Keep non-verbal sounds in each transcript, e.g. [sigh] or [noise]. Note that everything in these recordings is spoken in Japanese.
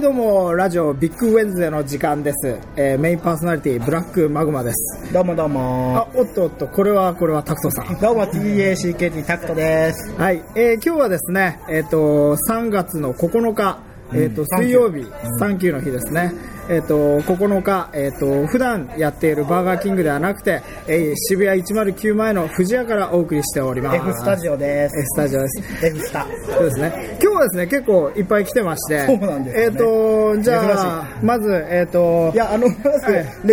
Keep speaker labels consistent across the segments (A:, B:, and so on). A: ラジオビッグウェンズデーの時間です、えーメインパーソナリティブラックマグマです
B: どうもどうも
A: あおっとおっとこれはこれはタクトさん
B: どうも TACKT タクトです
A: はい、えー今日はですねえっ、と3月の9日えーと水曜日、サンキューの日ですね、えー、と9日、えーと、普段やっているバーガーキングではなくて、えー渋谷109前の富士屋からお送りしております
B: F スタジオです
A: F スタジオです、
B: F スタ
A: そうですね。今日はですね、結構いっぱい来てまして。
B: そうなんですよ
A: えっ、
B: ね
A: と、じゃあ、まず、えっ、と
B: い、やあの、
A: い
B: レギ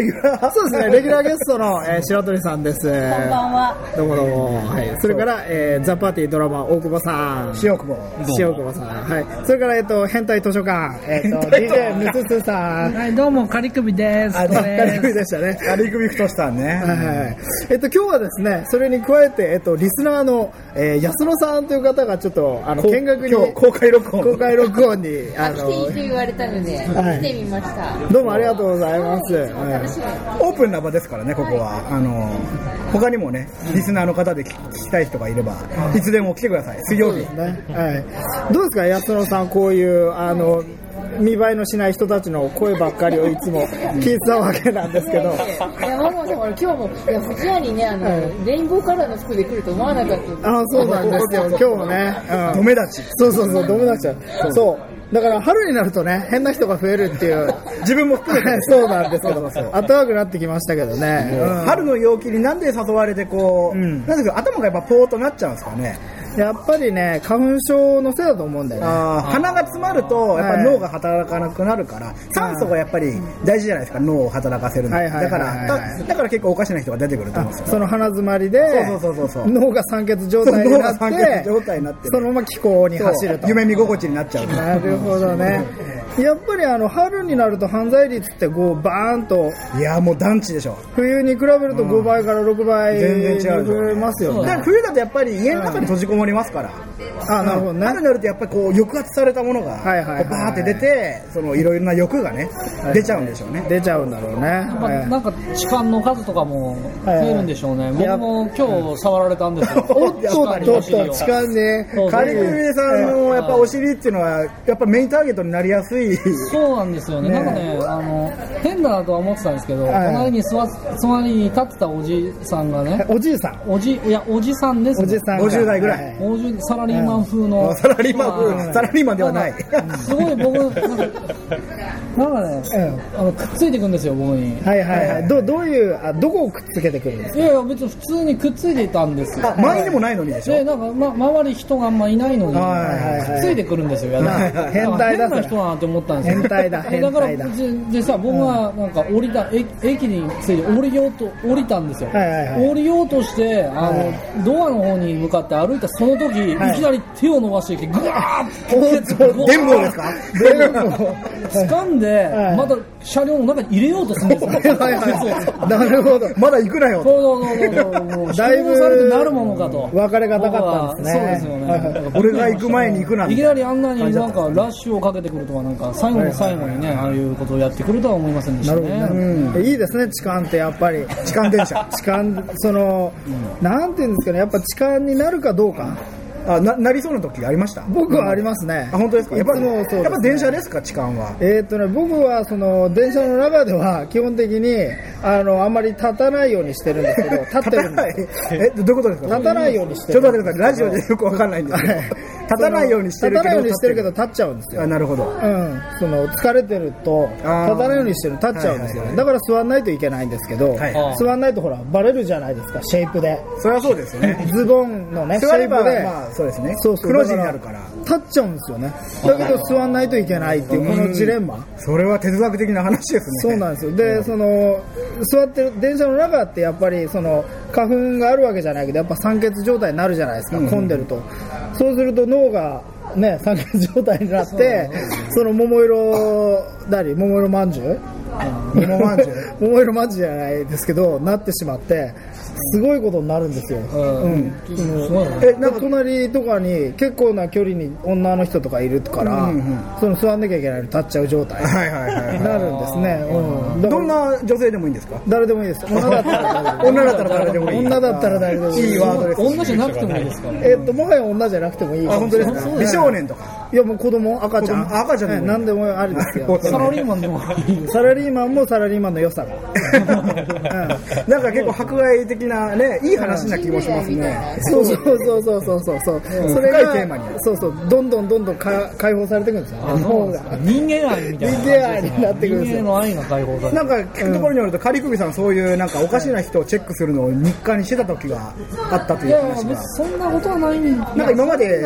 B: ュラー
A: そうですね、レギュラーゲストの、えー白鳥さんです。こん
C: ばんは。
A: どうもどうも。はい。それから、えーザ・パーティードラマ、大久保さん。
B: 塩久保
A: 塩久保さん。はい。それから、えっ、と、変態図書館。えっ、と、
B: 変態
A: DJ ムススさん。
C: はい、どうも、カリクビです。
B: あ
C: これ
A: 大丈夫でしたね。
B: アリクビクトシさんね、
A: はいえっと、今日はですねそれに加えて、えっと、リスナーの、えー、安野さんという方がちょっとあの
B: こう
A: 見学に
B: 今日公開録音
A: 公開録音にあ
C: 来ていい
A: の
C: と言われたので、
A: はい
C: 来てみました。
A: どうもありがとうございます、はい
C: 楽しみ
B: オープンな場ですからねここは、あの他にもねリスナーの方で聞聞きたい人がいればいつでも来てください水曜日、
A: ねはい、どうですか安野さんこういうあの見栄えのしない人たちの声ばっかりをいつも聞いてたわけなんですけど
C: いや、ママさん、ほら、今日も、いや、藤屋にね、あの、
A: はい
C: レインボーカラーの服で来ると思わなかった。
A: あそうなんですよ今日もね、うん
B: ドメ立ち
A: そうそうそう、ドメなっちゃう。そう。だから春になるとね、変な人が増えるっていう。 [laughs]
B: 自分も含めて
A: そうなんですけど、
B: そうそう
A: 暖かくなってきましたけどね。うん
B: 春の陽気になんで誘われてこう、
A: うん
B: なんでか頭がやっぱポーっとなっちゃうんですかね
A: やっぱりね、花粉症のせいだと思うんだよね。
B: あー鼻が詰まるとやっぱ脳が働かなくなるから酸素がやっぱり大事じゃないですか脳を働かせるの
A: はいはいはい
B: だか
A: はい
B: らだだから結構おかしな人が出てくると思うんですよ
A: その鼻詰まりで
B: そうそうそうそうそう
A: 脳が酸欠状態になって
B: そう脳が酸欠状態になってる
A: そのまま気候に
B: そう
A: 走ると
B: 夢見心地になっちゃう
A: なるほどねやっぱりあの春になると犯罪率ってこうバーンと
B: いやーもう団地でしょ
A: 冬に比べると5倍から6倍
B: 全然違うじゃ
A: に
B: ん
A: 増えますよ
B: だか
A: ね
B: ら冬だとやっぱり家の中に閉じこもりますから
A: あなるほどね
B: 春になるとやっぱりこう抑圧されたものがこ
A: はいはいはいう
B: バーって出てそのいろいろな欲がね出ちゃうんでしょうね
A: 出ちゃうんだろうね、
D: まあ
A: ええ
D: なんか痴漢の数とかも増えるんでしょうね、
A: いはい
D: 僕も今日触られたんですよ、
B: おっ
A: ちょっと、ちょっと、痴漢ね。
D: そう
B: カリクミさんのやっぱお尻っていうのはやっぱメインターゲットになりやすい
D: そうなんですよね、なんかね、あの変だなとは思ってたんですけど、
A: はい
D: 隣に座っ隣に立ってたおじさんがね、
A: おじいさん。
D: おじいやおじさんです、
A: お
D: ね、
A: じさんが。
B: 50代ぐらい
A: は
D: おじサラリーマン風の、
B: サラリーマンうんサラリーマンではない
D: んかすごい僕、なんか
A: う
D: なんかね、
A: ん
D: あのくっついてくんですよ、僕に。
A: はいはいはい。ど、どういう、あ、どこをくっつけてくるんです
D: いやいや、別に普通にくっついていたんですよ。
B: あ前にもないのにでしょ
D: でなんか、ま、周り人があんまいないのに、
B: はいはい
A: はい
D: くっついてくるんですよ、や
A: [laughs]
D: だ
A: はいはい変態だ
D: なんか変な人だなって思ったんですよ。
A: 変態だ
D: でだから
A: 変態だ
D: ででさ、僕はなんか降りた、駅駅について降りようと、降りたんですよ。
A: はいはいはい
D: 降りようとして、あの、ドアの方に向かって歩いたその時、い、
A: はい
D: きなり手を伸ばしてきて、ぐわーって、
A: おっと
D: ぐわーって
B: 電棒ですか
D: 掴んで、
A: はい
D: また車両の中に入れようとするんです
A: [laughs]
D: よ。
A: かはいはい。なるほど。
B: まだ行くな
D: そうそうそう
B: よと
D: そうもう
A: だいぶ
D: 消耗されてなるものかと
A: 別れがなかったんですね
D: 僕
A: は
D: はいそうですよね
B: 俺が行く前に行くなんて
D: いきなりあんなになんかラッシュをかけてくるとはなんか最後の最後にねああいうことをやってくるとは思いませんでし
A: な
D: た
A: るほど
D: ね
A: ね。いいですね、痴漢ってやっぱり。
B: 痴漢電車
A: 痴漢、その、なんていうんですかね、やっぱ痴漢になるかどうか。
B: あななりそうな時ありましたあ
A: 僕はありますね。
B: 本当ですかやっぱ
A: いつもそう。
B: やっぱ電車ですすか痴漢は
A: えーっとね、僕はその電車の中では基本的にあのあんまり立たないようにしてるんですけど立って
B: 立
A: る
B: た
A: ん
B: な
A: で
B: い
A: すよ
B: えどういうことですか
A: 立たないようにして
B: ちょ
A: る
B: っと待ってくださいラジオでよくわかんないんですけど立たないようにしてるけど
A: 立たないようにしてるけど立っちゃうんですよ
B: あなるほど
A: うん、その疲れてると立
B: あー
A: たないようにしてると立っちゃうんですよ、
B: はいはいはい
A: だから座んないといけないんですけど、
B: はい
A: 座んないとほらバレるじゃないですかシェイプで
B: それはそうですよね
A: ズボンのねシ
B: 座
A: ェ
B: れ
A: イ
B: ば
A: プで、
B: まあそうですね
A: そうそう
B: 黒字になるから
A: 立っちゃうんですよねだけど座んないといけないっていうこのジレンマ
B: それは哲学的な話ですね
A: そうなんですよでその座ってる電車の中ってやっぱりその花粉があるわけじゃないけどやっぱ酸欠状態になるじゃないですか、混んでるとそうすると脳がね酸欠状態になってその桃色だり桃色まんじゅう
B: 桃まんじゅう
A: [laughs] 桃色まんじゅうじゃないですけどなってしまってすごいことになるんですよ、
D: うん。すごいね。
A: えなんか隣とかに結構な距離に女の人とかいるから、
B: うんうん
A: その座んなきゃいけないの立っちゃう状態
B: はいはいはい
A: に
B: は
A: なるんですね、うん、
B: い
A: だか
B: どん
A: ら
B: な女性でもいいんですか
A: 誰でもいい [laughs] です女だったら誰でもいい
B: 女だったら誰でも
A: 女だったら誰でも
B: いい
A: いい
B: いいワードです
D: 女じゃなくてもいいですから。
A: えっともはや女じゃなくてもいい
B: あ本当ですか
A: そう
B: 美少年
A: [laughs]
B: とか
A: いやもう子供赤ちゃん
B: 子供赤ちゃんでもいい
A: ええ何でもありです [laughs] よ
D: サラリーマンでもいいです。
A: サラリーマンもサラリーマンの良さが、うん
B: なんか結構迫害的なねいい話な気もします
C: みたい
B: ね
C: な
A: そうそうそうそうそうそうそう、それ
B: 深いテーマに
A: がそうそうどんどんどんどんか解放されていくんですよ
D: あそうなんですか人間愛みたいな感じですね。
A: 人間愛になってくるんですよ
D: 人間の愛が解放されて
B: なんか聞くところによると、仮首さん、そういうなんかおかしな人をチェックするのを日課にしてた時があったと
D: い
B: いう
D: や
B: 話
D: 別
B: が
D: にそんなことはないんなん
B: か今まで
D: ね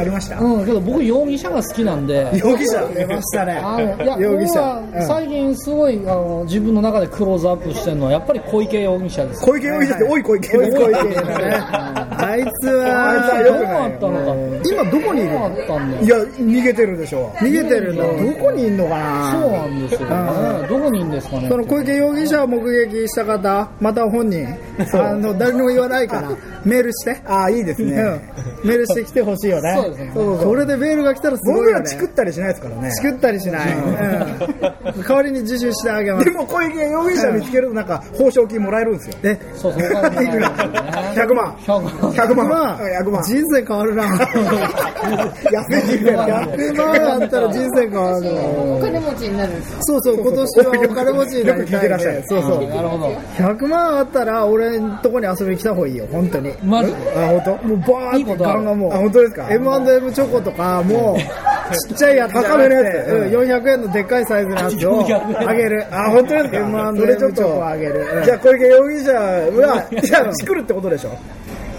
B: ありました。
D: うん、けど僕容疑者が好きなんで
B: 容疑者
A: 出ましたね
D: あのいや
A: 容疑
D: 僕
A: 者
D: は最近すごいあの自分の中でクローズアップしてるのはやっぱり小池容疑者です
B: 小池容疑者って、おい小池
A: 恋恋系
B: おい
A: のねあいつ
B: あいつは
D: ど
B: よ
D: こ
B: く
A: は
D: あったのか
A: 今どこにいる
D: どこあ
A: の
D: ったんだ
B: いや、逃げてるでしょ
A: 逃げてるのどこにいるのか
D: そう
A: な
D: なんですよねどこにいるんですかね
A: その小池容疑者を目撃した方また本人あの誰にも言わないからメールして
B: う。ああ、いいです
A: うん
B: ね。
A: メールしてきてほしいよね
D: そうですね
A: そうそうそれでメールが来たらすご
B: 僕
A: いよ
B: ら
A: ね
B: チクったりしないですからね。
A: チクったりしない、うん代わりに自首してあげます
B: でも小池容疑者見つけると、なんか報奨金もらえるんですよ。
A: え
D: そうそうそうなんですよね
B: 100万。
D: 100
B: 100万。100
A: 100万
B: 万。
A: 人生変わるな
B: やめてくれ。
A: 100万あったら人生変わる
C: お
A: の
C: 金持ちになるんですよ
A: そうそう今年はお金持ちになり
B: よく聞い
A: た
B: て
A: い
B: ら
A: ね
B: っしゃる
A: そうそう
D: なるほど
A: 100万あったら俺んとこに遊びに来た方がいいよ本当に
D: マジで
A: あ本当もうバー
D: いい
A: ン
D: こ
A: と
D: とあ
A: ガ
D: る
A: ンガンもう
B: あ本当ですか
A: M&M チョコとかもうちっちゃいやつ
B: 高めのやつ
A: うん400円のでっかいサイズのやつを
D: 400円
A: あげる
B: あ、本当ですかそれちょ
A: M&M
B: っ
A: チョコをあげるう
B: と。
A: ん
B: じゃあ小池容疑者は、じゃあチクるってことでしょ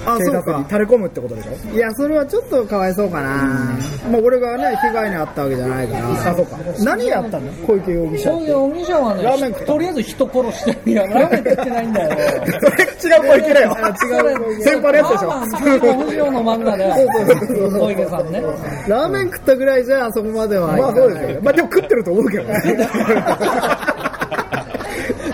A: あ
B: 警
A: そう
B: 察に
A: か
B: 垂れ込むってことでしょ
A: いやそれはちょっとかわいそうかなまあ俺がね被害に遭ったわけじゃないから
B: あ、そうか。
A: 何やったの小池容疑者
D: 小池容疑者はね
A: ラーメン食った
D: とりあえず人殺していやラーメン食ってないんだよ
B: それ違う小池だ [laughs] よ。
D: 違う
B: 先輩のやつでしょ
D: まあまあ先輩の不条の漫画で小池さんね
A: ラーメン食ったぐらいじゃあそこまでは
B: まあそうですよ [laughs] ね。まあでも食ってると思うけどね。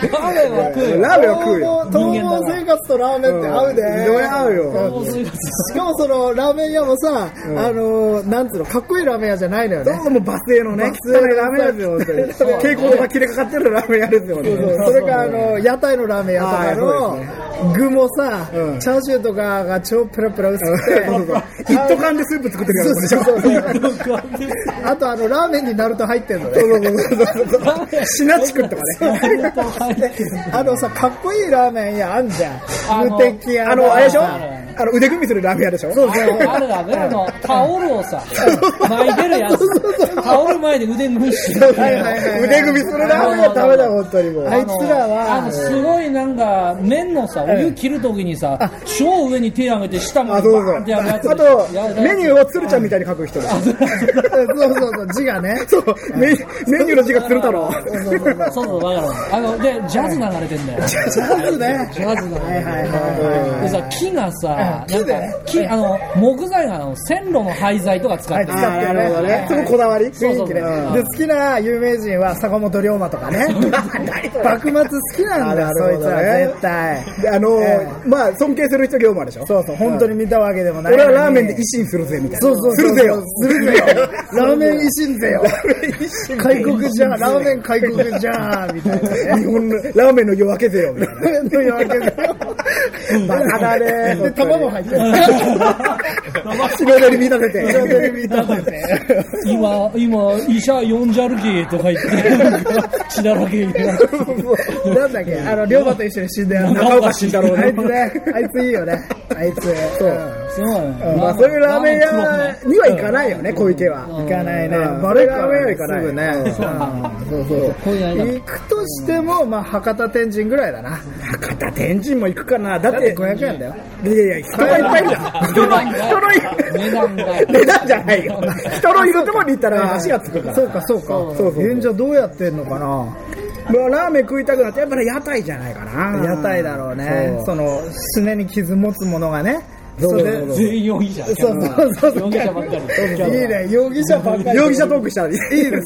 D: ラーメンは食うよ
B: ラーメンは食うよ。
A: 逃
D: 人間だ
A: 亡
D: な
A: 生活とラーメンって合うね
B: どうや合うよ。
D: もう生活
A: しかもそのラーメン屋もさ、あのーなんつうのかっこいいラーメン屋じゃないのよ
B: ど
A: ね
B: うもバスへのね、
A: バ
B: 汚
A: ス停の
B: いラーメン屋ですよ、本当に。蛍光灯が切れかかってるラーメン屋ですよ、本当に
A: そうそれからあのー屋台のラーメン屋とか
B: はいそうで
A: の具もさ、
B: うん
A: チャーシューとかが超プラプラ薄くて
B: そうそう一斗缶でスープ作ってるやつでしょ。
A: そうそうあとあのラーメンになると入ってんのね
B: シナチクとかね。
A: あのさかっこいいラーメン屋あんじゃ
D: あ
A: ん
D: の
A: 無敵やな
B: あの、あれでしょ
A: さ
B: あの、腕組みするラーメン屋でしょ
D: あのあれだね、あの、タオルをさ、巻いてるやつ。タオル前で腕むしてる。
A: はいはいはいはい
B: 腕組みするラーメン屋ダメだ、本当にもう。
A: あいつらは
D: あの、すごいなんか、麺のさ、お湯切るときにさ、超上に手上げて、下ま
B: あ、
D: で
B: そう
D: バ
B: そう
D: ーンってやるやつ。
B: あと、メニュ
D: ー
B: ーを鶴ちゃんみたいに書く人だ。
A: そうそうそう字がね
B: そう、メニューメニューの字が鶴太郎。
D: [laughs] そうそう、わかるわかる。あの、で、ジャズ流れてんだよ。
A: ジャズね
D: ジャズ流
A: はいはい
D: れ
A: はいはい
D: てる。でさ、木がさ、
A: うん木で
D: なんか木、あの、木材があの、線路の廃材とか使っ
B: は
D: て
B: い、
D: る
B: 使。ってる
A: なるほど
B: ね
A: ね。
B: そのこだわり
D: そうそ
B: 雰
D: う
B: 囲気ね。
D: うん
A: で好きな有名人は坂本龍馬とか [laughs] ね幕末好きなんだよ
B: あな
A: そ
B: る
A: い
B: ほ
A: つ
B: どね
A: ら絶対
B: であのー
A: え
B: まあ、尊敬する人龍馬でしょ
A: そうそう本当に見たわけでもない
B: 俺
A: のに
B: はラーメンで維新するぜ、みたいな。
A: そうそう
B: す
A: そう
B: るぜよ。
A: するぜよラーメン維新ぜよ開国じゃんラーメン開国じゃんみたいな
B: 日本のラーメンの夜明けぜよ、み
A: [laughs]
B: たいな。
A: というわけで
B: バカだね
A: で卵入 [laughs] ってる
B: [laughs] 日の出に見立てて。
D: 今、今、医者呼んじゃるけとか言って、血だらけになって。
A: なんだっけあの龍馬と一緒に死んだやつ
D: 中岡慎
B: 太郎ね
A: あいつねあいついいよねあいつうん
D: すごいね。
B: まあ、そういうラーメン屋には行かないよね、小池は。
A: 行かないね
B: うん。
A: バレラーメンは行か
B: すぐね
A: ない。うんそう
D: こういう間
A: そう。行くとしても、まあ、博多天神ぐらいだな。
B: 博多天神も行くかな。だっ
A: で、
B: て、
A: 500円だよ。
B: いやいや、人がいっぱいいるじゃん。人の、人のい
D: 値段が
B: 値段じゃないよ。人のいるところに行ったら足がつくから。
A: そうか、そうか。そうそう。現状どうやってんのかな
B: もうラーメン食いたくなって、やっぱり屋台じゃないかな。
A: 屋台だろうね。
B: そ
A: その、すねに傷持つものがね。それ
B: どうぞど
A: で
B: うぞ
D: 全員容疑者。
A: そうそうそうそう
D: 容疑者ばっかり。
B: いいね、容疑者ばっかり。
A: 容疑者トークしたらいいですね。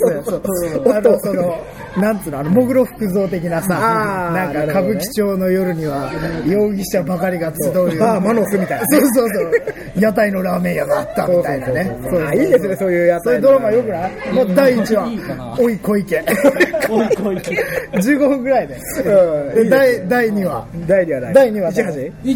B: あの、その、
A: なんつうの、あの、もぐろ服像的なさ、
B: あー
A: なんか
B: なる
A: 歌
B: ほどね
A: 舞伎町の夜には、容疑者ばかりが集うような
B: [laughs] あーマノスみたいな
A: そうそうそう。屋台のラーメン屋があったみたいなね。
B: そうそうそうそうあーいいですねそういう屋台の
A: そういうドラマよくないもう第1
D: いいかな
A: 話、おい小池。
D: [laughs] おい小池
A: [laughs] 15分ぐらいで。
B: うんい
A: で
B: いね
A: 第第2話。
B: 第2話だよ
A: 第2話。
B: 一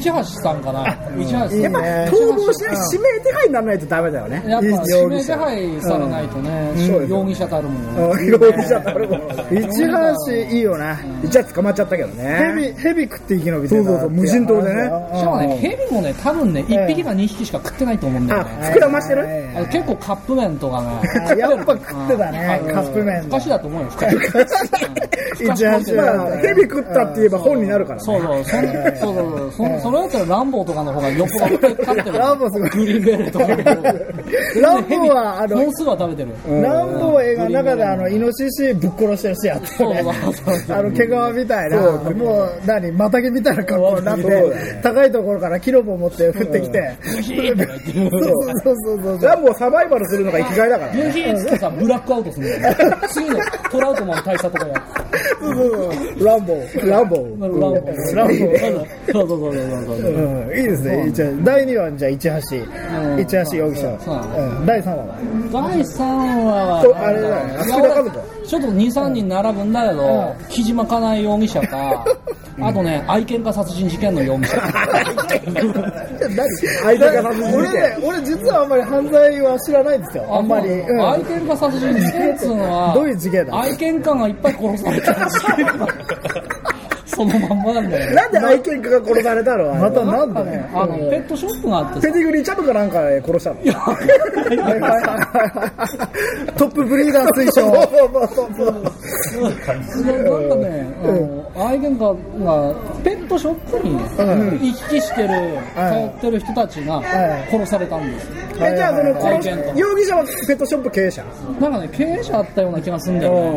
B: 橋
D: 市橋さんかな。市橋さ
A: い
D: ん。
A: い
B: やっぱ
A: ね
B: 逃亡しない指名手配にならないとダメだよね。
D: やっぱ
B: いい
D: 指名手配されないとね、
B: そうですよ
D: 容疑者たるものね
B: うん容疑者だろう。
A: 一橋いいよね。
B: 一応捕まっちゃったけどね。
A: 蛇、蛇食って生き延びて
B: そ
A: た
B: うそうそう、無人島でね。
D: しかもね、ヘビもね、多分ね、1匹か2匹しか食ってないと思うんだ
B: あ
D: よね、。
B: 膨らましてる [laughs]
D: あの結構カップ麺とかね、
A: あやっぱ食ってたね
D: う、ん
A: カップ
D: お
A: 麺
D: 菓
A: で。
D: 子だと思うよ、深い
A: 一橋
B: ま
A: は
B: あ、。蛇食ったって言えば本になるから
D: そう
B: ね。
D: そう、そんそうそうそう、そそのやつはランボーとかの方がよっぽど勝ってる。
A: ランボーすごい
D: グリーンベルとか。
A: ランボーはあの
D: 本数は食べてる。
A: ランボー映画の中であのイノシシぶっ殺してるシーンあったよね
D: そうそうそう
A: あの毛皮みたいな
B: そう
A: もう何また毛みたいな格好になって
B: そうだね
A: 高いところからキノコ持って降ってきてそうそうそうそうそう
B: ランボーサバイバルするのが生きがいだからね。
D: 夕日っつってさ、ブラックアウトするんだよ。次のトラウトマン大佐とかや。
B: ランボー。ランボー。
D: ランボー。ランボー。そうそうそうそうそう。
A: うんいいですね一応第2話じゃあ一橋一橋容疑者
D: そうなんだ
A: うん第3話は
D: [laughs] 第3話
B: そうあれだよね
D: いや
B: 福田和子
D: 俺ちょっと2、3人並ぶんだけど、木島かなえ容疑者か、あとね、愛犬家殺人事件の容疑者。
B: 相手が殺人
A: 俺
B: 事件
A: ね。俺実はあんまり犯罪は知らないんですよあんまり
D: そう
A: うん
D: 愛犬家殺人事件っつうのは、
A: どういう事件だ
D: 愛犬家がいっぱい殺された事件がそのまんまなんだよ。
B: なんで愛犬家が殺されたのあれ
A: またなん
D: な
A: だ
D: んかね
A: ね、
D: あの、ペットショップがあって
B: ペ
D: さ、
B: ディグリーチャブかなんかで殺したの
A: はいはい [laughs] はいはいトップブリーダー推奨
B: そうそうそうそう。
D: なんかね、あの、愛犬家が、ペットショップに行き来してる、
A: はい
D: 通ってる人たちが
A: はい
D: 殺されたんですよ。
B: え、じゃあその
D: 愛犬
B: 殺
D: 家
B: し、容疑者はペットショップ経営者
D: なんかね、経営者あったような気がするんだよね。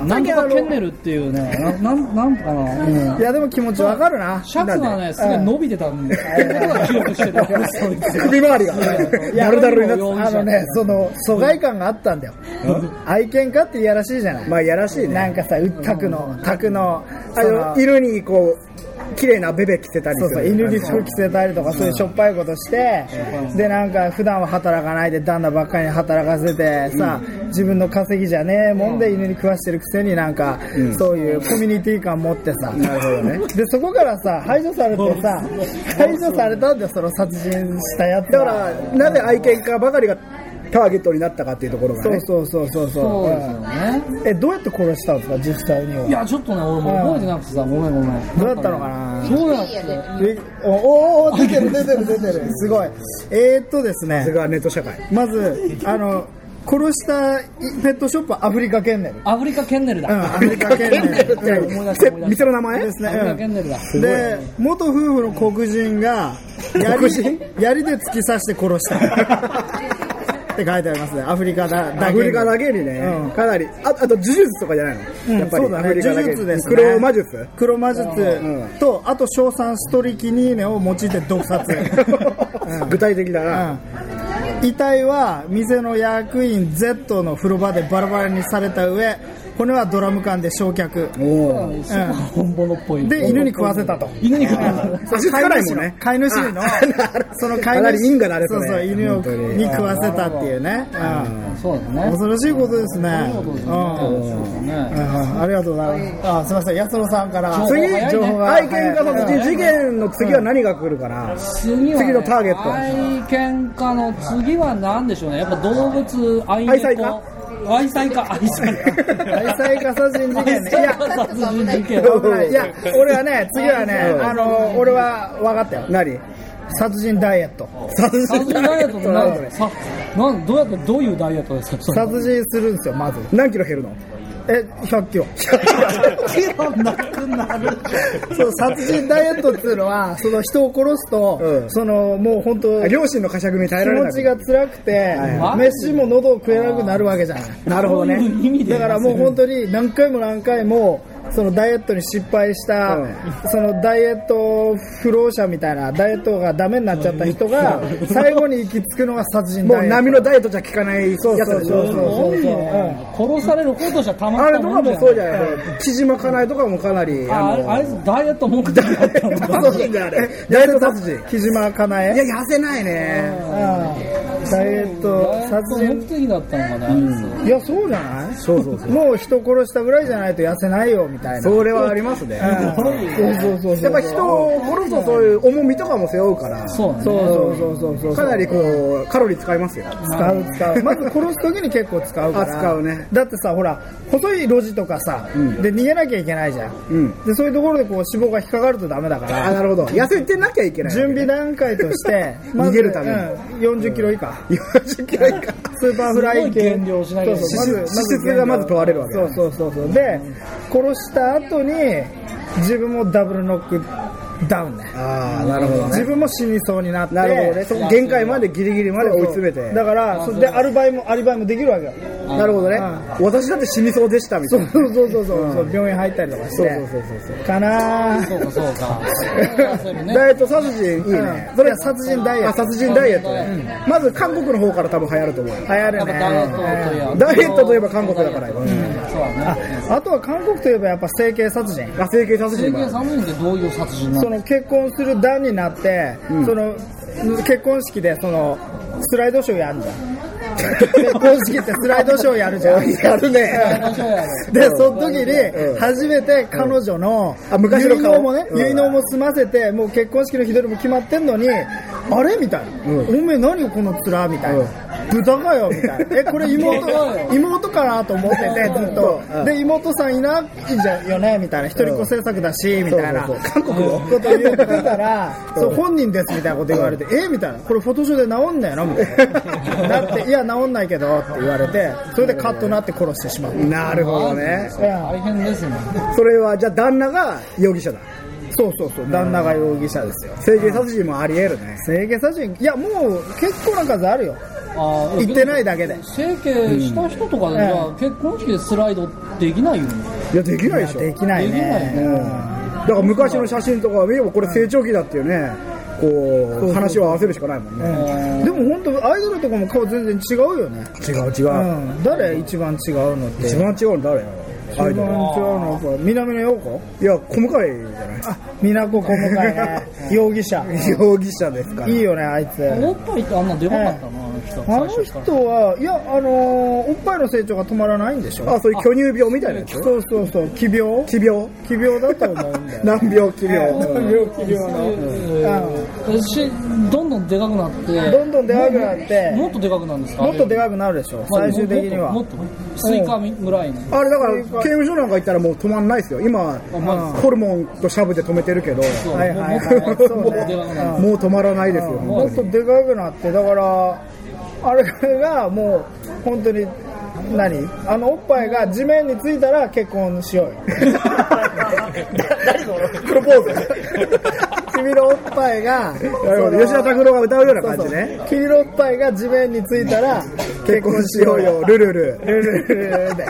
D: うんなんとかケンネルっていうね、ななんなんとかな、うん
A: いやでも気持ちわかるな
D: シャツがね、すげえ伸びてたんで、あれが記録してる。そいつ
B: 首回りが。
A: や
B: や
A: る
B: る
A: だ
B: だ
A: ろ
B: ろ
A: う
B: う
A: な
B: な
A: っ
B: ってて
A: あのねその疎外感があったんだよ愛犬家っていやらしいじゃない
B: まあ、やらしいね。
A: なんかさうったくのたくの
B: あ
A: その
B: の犬にこう綺麗なベベ着てたりす
A: そう
B: る
A: そう犬に服着せたりとかそういうしょっぱいことしてでなんか普段は働かないで旦那ばっかりに働かせてさ自分の稼ぎじゃねえもんで犬に食わしてるくせになんかそういうコミュニティ感持ってさ
B: なるほどね
A: でそこからさ排除されてさ排除されたんだよその殺人したやつ
B: だか
A: は
B: らなぜ愛犬家ばかりがターゲットになったかっていうところが
A: そ
B: ね
A: うそうそうそう
D: そう
A: そ
D: ですよね。
A: うえどうやって殺したんですか実際にはい
D: や、ちょっとね、俺もう覚えてなくてさ、ごめんごめん。
A: どうだったのかな
D: そうだっ
C: いいやで
D: て。
A: えおおー出てる出てる出てるすごいえー、っとです
B: それ
A: ね
B: がネット社会
A: まずあの殺したペットショップはアフリカケンネル
D: アフリカケンネルだ。
A: うんアフリカケンネルって
D: うん思い出した思い出し
B: 店の名前
A: です
D: た。アフリカケ
A: ね、
D: ンネルだ。
A: うん、で元夫婦の黒人が槍槍で突き刺して殺したって書いてありますねアフリカだだけに
B: アフリカだけにね、
A: うん
B: かなりああと呪術とかじゃないの、
A: うん
B: やっぱり
A: そうだ
B: ア
A: ね
B: フリカだけ
A: 呪術ですね
B: 黒魔術
A: 黒魔術とあと硝酸ストリキニーネを用いて毒
B: [laughs]
A: 殺うん
B: 具体的だな、
A: 遺体は店の役員 Z の風呂場でバラバラにされた上骨はドラム缶で焼却
B: おー
D: すごい本物っぽい。
A: で犬に食わせたと
D: 犬に食わせた。
B: 足つかないもんね
A: 飼い主の
B: あ
A: 飼い主のその飼
B: かないり
A: 主
B: 因果だね
A: そう
B: そ
A: そう
B: れ
A: 犬を
B: 本当に
A: に食わせたっていうね
D: そうだ
A: うん
D: ね。
A: 恐ろしいことですね
D: そういうことです
A: う
D: ね
A: ん
D: そうだね。
A: うんありがとうございますあすいません安野さんから
D: 情報
A: 次
D: 早いね
A: 情報が
B: 愛犬家殺
A: はい
B: 人事件の次は何が来るかな、
D: 次はね
B: 次のターゲット
D: 愛犬家の次は何でしょうねやっぱ動物愛
B: 愛妻
D: 猫愛妻家愛妻家
A: 愛妻家殺人事件ねい
D: 愛
A: や
D: 妻家殺人事件
B: どう
A: [laughs] いや俺はね次はね
D: [laughs]
B: うん
A: あの俺は分かったよ
B: 何
A: 殺人ダイエット
B: 殺
D: 殺人ダイエットって何
A: [laughs]
D: ださなんどうやってどういうダイエットですかそれ
A: 殺人するんですよまず
B: 何キロ減るの
A: え100キロ
D: なくなる
A: [laughs] そう殺人ダイエットっていうのはその人を殺すと、
B: うん
A: そのもう本当
B: あ両親の呵責に耐え
A: 気
B: られな
A: 持
B: い
A: ちが辛くて
D: はい
A: 飯も [laughs] 喉を食えなくなるわけじゃない
B: なるほどね
D: そういう意味で
A: だからもう本当に何回も何回もそのダイエットに失敗した、
B: うん
A: そのダイエット不老者みたいなダイエットがダメになっちゃった人が最後に行き着くのが殺人
B: も
A: ダイエッ
B: う
A: ト
B: 波のダイエットじゃ効かないやつ
A: そう
B: でし
A: そうそうそ
B: ょ
A: うそうそう
D: 殺されることじゃたま
B: あ
D: っ
B: れ
D: た
B: と
D: も
B: か
D: んだ
B: も
D: よ
B: そうじゃない木島かなえとかもかなり
D: ああれあ
B: の
D: いつダイエット目的
B: [laughs]
D: だったのか
B: 殺人だよあれダイエット殺人い
A: 木島かなえ
B: や痩せないね
A: うんダイエット
D: ダイエット
A: 殺
D: 目
A: 人
D: 的だったのかね
A: いやそうじゃない
B: そうそうそう
A: もう人殺したぐらいじゃないと痩せないよみたいな
B: それはありますね
A: うんそうそうそうそう
B: やっぱ人を殺すとそういう重みとかも背負うから
D: そうね
A: そうそうそうそうそう
B: かなりこうカロリー使いますよ
A: 使う使うまず殺す時に結構使うから
B: あ使うね
A: だってさほら細い路地とかさ、
B: ん
A: で逃げなきゃいけないじゃん、
B: うん
A: でそういうところでこう脂肪が引っかかるとダメだから
B: あなるほど痩せてなきゃいけない
A: 準
B: [laughs]
A: 備段階として
B: 逃げるために
A: うん、40キロ以下、
B: 40キロ以下
A: スーパーフライ
D: すごい
A: 系
D: 減量しなきゃいけない
A: そうそう
B: 脂質脂質がまず問われるわけだ
A: そうそうそうそうで殺した後に自分もダブルノックダウンね
B: ああなるほど
A: 自
B: ね
A: 分も死にそうになって
B: なるほどねそこ限界までギリギリまで追い詰めて
A: だからそれでアルバイもアリバイもできるわけよ
D: ら
B: なるほどね
A: う
B: 私だって死にそうでしたみ
A: そ
B: たいうな
A: そうそうそうそう、病院入ったりとかして
B: そうそうそうそう
A: かな
D: そう
A: ー
D: かそうかそうだよね
B: ダイエット殺人いいね
A: うんそれは殺人ダイエッ
B: あ
A: ト
B: 殺人ダイエットねまず韓国の方から多分流行ると思う
A: 流行
D: や
A: る
D: っぱダイエット
A: ね
D: といえば
B: ダイエットといえば韓国だから
D: う
B: 今
D: んそうだね
A: あとは韓国といえばやっぱ整形殺人
B: あ整形殺
D: 整
B: 人
D: 形
B: もあ
D: 寒いんでどういう殺人
A: そ
D: なの
A: の結婚する段になって、その結婚式でそのスライドショーやるじゃ
B: [laughs]
A: ん結婚式ってスライドショーやるじゃん
B: るやるね
A: で、その時
B: うん
A: に、初めて彼女の、
B: あ昔の
A: 結
B: 顔
A: 納もね、
B: うん
A: 結納も済ませて、もう結婚式の日取りも決まってんのに、あれみたいな。
B: うん
A: おめえ何よこの面みたいな
B: うん。
A: 豚かよみたいな。え、これ妹
B: [laughs]
D: 豚かよ、
A: 妹かなと思ってて、ずっと
B: う。ん
A: で、妹さんいないんじゃよねみたいな。一人っ子政策だし、みたいな。
B: そう
A: こ
B: そうそう韓国の
A: と言ってたら、
B: うん
A: そう、本人ですみたいなこと言われて、えみたいな。これフォトショーで治んだよなみたいな。だって、いや、治んないけどって言われて、それでカッとなって殺してしまった。
B: なるほどね
D: 大変ですね
B: それはじゃあ旦那が容疑者だ
A: そうそうそう、旦那が容疑者ですよ。
B: 整形殺人もあり得るね
A: 整形殺人、いや、もう結構な数あるよ。
D: あ
A: 行ってないだけで。
D: 整形した人とか
A: うん
D: で、じゃあ結婚式でスライドできないよね
B: いやできないでしょ
A: できない
D: でき
A: ね。
B: だから昔の写真とかは見ればこれ成長期だっていうねこう話を合わせるしかないもんね
A: でも本当アイドルとかも顔全然違うよね。
B: 違う違
A: う。
B: うん
A: 誰一番違うのって。
B: 一番違うの誰よ
A: 一
B: ア
A: 番違
B: イ
A: う
B: ドル
A: のは南野陽子
B: いや小向かいじゃない
A: あ、美奈子小向井ね。 [laughs] 容疑者。
B: 容疑者ですから
A: いいよね、あいつ。
D: おっぱいってあんなでかかったな、あの人
A: あの
D: 最初
A: 人
D: から
A: は、いや、あのーおっぱいの成長が止まらないんでしょ
B: あそういう巨乳病みたいなやつ
A: そうそうそう、奇病
B: [laughs] 奇病。
A: 奇病だと思うんだよ
B: [laughs] 難病奇病
A: 病気病の。うん
D: 私どんどんでかくなって
A: どんどんでかくなって
D: ももっとでかくなるんですか
A: もっとでかくなるでしょ、
D: まあ
A: 最終的には。
D: もっともっとスイカみぐらいの
B: あれだから刑務所なんか行ったらもう止まんないですよ今
D: ま
B: ホルモンとシャブで止めてるけど
D: そう
A: はいはい
D: もっと
A: は
D: も
A: い
D: っと
A: そう
D: もっと
A: ね
D: でかくなる
B: もう止まらないですよ
A: もっとでかくなって、だから、あれがもう、本当に、何あのおっぱいが地面についたら結婚しようよ。
B: プロポーズ
A: 君のおっぱいが、
B: なるほど吉田拓郎が歌うような感じね
A: ね。君のおっぱいが地面についたら
B: 結婚しようよ、ルルル。
A: ルルルルルで。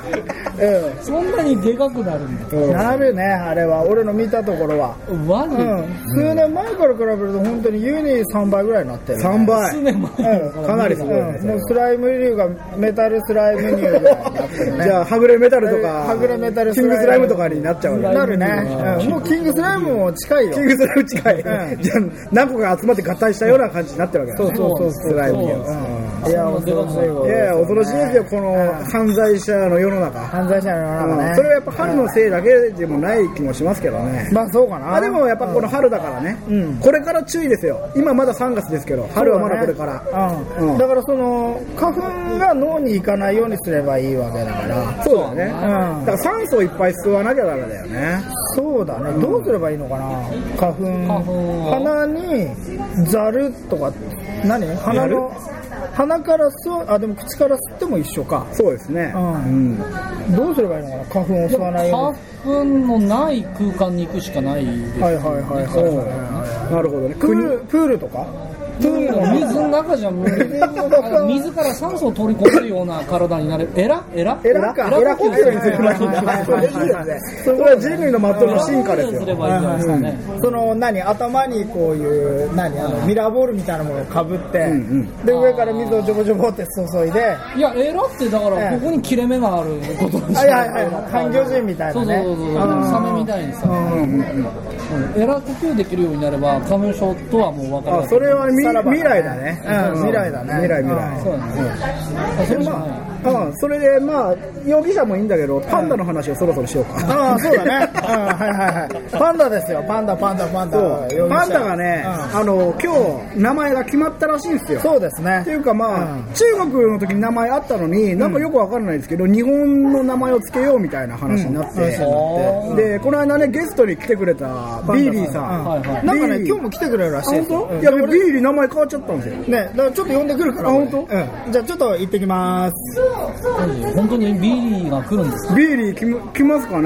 D: そんなにでかくなるん
A: うん。なるね、あれは。俺の見たところは。
D: だマジ
A: う
D: で、
A: ん。数年前から比べると本当に優に3倍ぐらいになってるね。
B: 3
D: 数
B: 倍。
D: 年前だから
B: かなりすごいね
A: うんもうスライム流がメタルスライム流になってるね
B: じゃあ、はぐれメタルとか、
A: はぐれメタル
B: キ
A: ス
B: ン
A: ライム
B: グスライムとかになっちゃうよね。
A: なるね、うんもうキングスライムも近いよ
B: キングスライム近い。
A: うん
B: じゃあ、何個か集まって合体したような感じになってるわけだね。
D: そうそう
B: スライムには。
A: いや恐ろしいこと
B: いやいや、恐ろしいですよ、この
A: うん
B: 犯罪者の世の中。
A: 犯罪者
B: う
A: の中ね、
B: んそれはやっぱ春のせいだけでもない気もしますけどね。
A: まあそうかな
B: あでもやっぱこの春だからね、
A: うん
B: これから注意ですよ、今まだ3月ですけど、春はまだこれから、
A: うん
B: うん
A: だからその花粉が脳に行かないようにすればいいわけだから
B: そうだよね、
A: うん
B: だから酸素をいっぱい吸わなきゃダメだよね、
A: そうだね、どうすればいいのかな花粉
D: 花粉を
A: 鼻にざるとか何鼻の鼻から吸うあでも口から吸っても一緒か
B: そうですね、
A: うん
B: うん
A: どうすればいいのかな花粉を吸わないよう
D: 花
A: に
D: 粉のない空間に行くしかないです
A: はいはいはいはいはい
B: なるほどね
A: プー
B: 国
A: ルプールとか
D: 水の中じゃ無理であの自ら酸素を取り込めるような体になれるえらえら
B: エラか、エラ呼吸にすればいいんだ。それいいよね。それは人類のまっとうな進化です
D: すれ
B: よ。
D: ばいいんじゃないですかね、
A: その何頭にこういう何あのミラーボールみたいなものをかぶって、
B: ん
A: で上から水をジョボジョボって注いで
D: いやエラってだからここに切れ目があることなんで
A: は
D: す
A: いはいはい半魚人みたい
D: そ
A: な
D: うそう
A: ね
D: そうそうサメみたいにさ、うんエラ呼吸できるようになれば花粉症とはもう分かる
B: あ、それはみ
A: さらば
B: 未来だね。
A: うん未来だね
B: 未来未
D: そ
B: 来。
D: うなんですよあそれじゃない
B: うん、それでまあ容疑者もいいんだけどパンダの話をそろそろしようか。
A: ああそうだね、うん、はいはいはいパンダですよパンダパンダパンダ
B: そうパンダがね、
A: うん
B: あの今日名前が決まったらしいんですよ。
A: そうです
B: って
A: ね
B: いうかまあ、
A: うん
B: 中学の時に名前あったのになんかよくわかんないですけど、日本の名前をつけようみたいな話になって、
D: うん
B: でこの間ねゲストに来てくれたビーリーさん、
D: はいはい
A: なんか
B: ビー
A: ね
B: リー
A: 今日も来てくれるらしい
B: あ
A: です
B: 本当、
A: うん
B: いやビーリー名前変わっちゃったんですよ
A: ねだからちょっと呼んでくるから
B: あ
A: 俺
B: 本
A: うんじゃあちょっと行ってきます
D: 本当にビリーが来るんですか
B: ビーリー来む来ますか
D: 本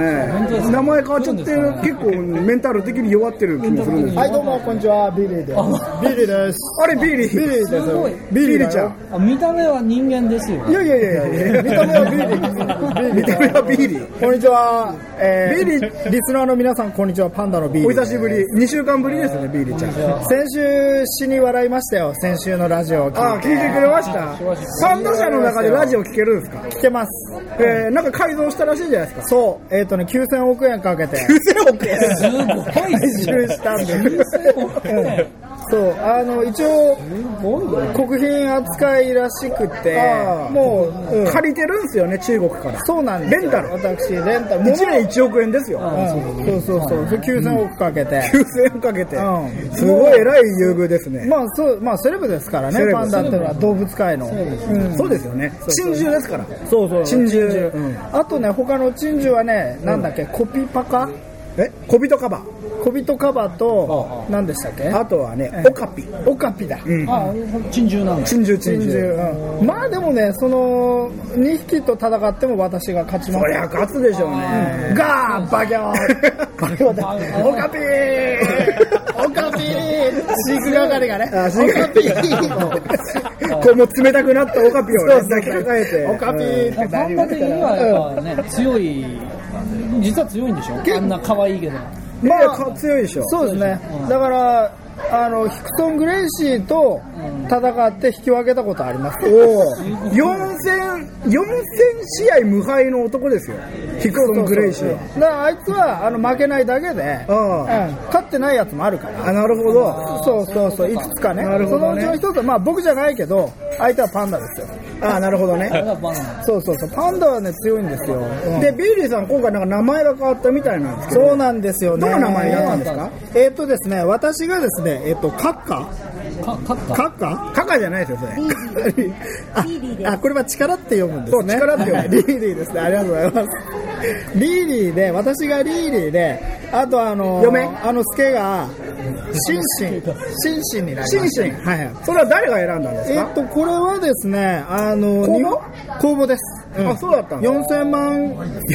D: 当です
B: ね
D: か
B: 名前変わっちゃって
D: 来るんで
B: 結
D: す
B: 構メンタル的に弱ってる気もするんです
A: はいどうもこんにちはビリーです
D: あ
A: ビリーです
B: あれビーリー
A: ビリーです
D: す
A: よ
D: ごい
B: ビ
A: ビ
B: ーリ
A: リ
B: ー
A: ー
B: ち
A: ち
B: ゃ
A: ゃ
B: ん
A: ん
D: あ見た目は人間ですよ
B: いやいやいやいや
A: 見た目はビーリー
B: [laughs] 見た目はビーリー
A: こんにちは、えー、
B: ビリ
A: リスナーの皆さんこんにちはパンダのビーリー
B: お久しぶり2週間ぶりですねビーリーちゃん
A: 先週死に笑いましたよ先週のラジオを
B: あ
A: 聞
B: 聞
A: い
B: い
A: て
B: てくれましたサンド社の中でラジオ聞けるんですか
A: 聞けます
B: えー、なんか改造したらしいじゃないですか。
A: そうえっ、とね9000億円かけて
B: 9000億円
D: [laughs] す
A: [laughs]
D: ごいです
A: 移
D: よ
A: 住したんで
D: ね
A: そうあの一応国賓扱いらしくて
B: あー
A: もう、うん
B: 借りてるんですよね、中国から。
A: そうなんですよ
B: レンタル
A: 私レンタル
B: 1年1億円ですよ。
A: うんそうそうそうそれ9000億かけて、
B: 9000円かけて
A: う。ん
B: すごい偉い優遇ですね。
A: まあそうまあセレブですから
B: セレ
A: ね
B: ブ
A: パンダっていうのは動物界のうん
B: そうですよね。珍獣ですから。
A: そうそう
B: 珍
A: 珍
B: 獣
A: 獣、
B: うん
A: あとね他の珍獣はねなんだっけ、コピパカ
B: え小人カバ
A: 小人カバと何でしたっけ
B: ー。あとはね
A: え、
B: オカピ。
A: オカピだ、
B: うん。
D: あ珍獣なんだ
B: 珍獣、珍
A: 珍
B: 獣。
A: 獣、うんまあでもねその2匹と戦っても私が勝ちま
B: そ
A: す
B: りゃ勝つでしょうね。
A: ガーバギョーバギョーだ
B: [laughs]
A: オカピーオカピー飼育係がね
B: あ飼育
A: オ
B: 係
A: カピー
B: これもう冷たくなったオカピをね
A: そうそう
B: 抱きかかえて。
A: オカピーって
D: パンダ的にはやっぱね強い実は強いんでしょあんな可愛いけど
B: うんいやいやか強いでしょ。
A: そうですね、
D: うん
A: だからあのヒクソン・グレイシーと戦って引き分けたことあります、
B: おー4000、4000試合無敗の男ですよ。ヒクソン・グレイシーは。
A: だからあいつはあの負けないだけで、
B: あ
A: うん
B: あ
A: 勝ってないやつもあるから
B: あ、なるほど。
A: そうそうそういくつかね
B: なるほどね
A: そのうちの一つはまあ僕じゃないけど相手はパンダですよ
B: あなるほどね
D: あ。れがバナナ
A: そうそうそうパンダはね強いんですよ、
B: で、
A: で
B: ビーリーさん、今回なんか名前が変わったみたいなんですけど。
A: そうなんですよね
B: どう名前になったんです
D: か
A: えっ、とですね私がですねえっ、とカッカ
D: か勝った
A: カッカ
B: カカじゃないですよ、それ。
A: あ [laughs] あこれは力って読むんですね
B: そう力って読
A: [laughs]
B: む
A: はいリーリーですねありがとうございますリーリーで私がリーリーであとあの
B: 嫁
A: あのスケがシンシンシンシンになりました
B: シンシン
A: はいはい
B: それは誰が選んだんです
A: えっ
B: か
A: と、これはですね、あの、
B: 公募
A: 日本公募です。
B: あそうだったんだ
A: 4000万、4000、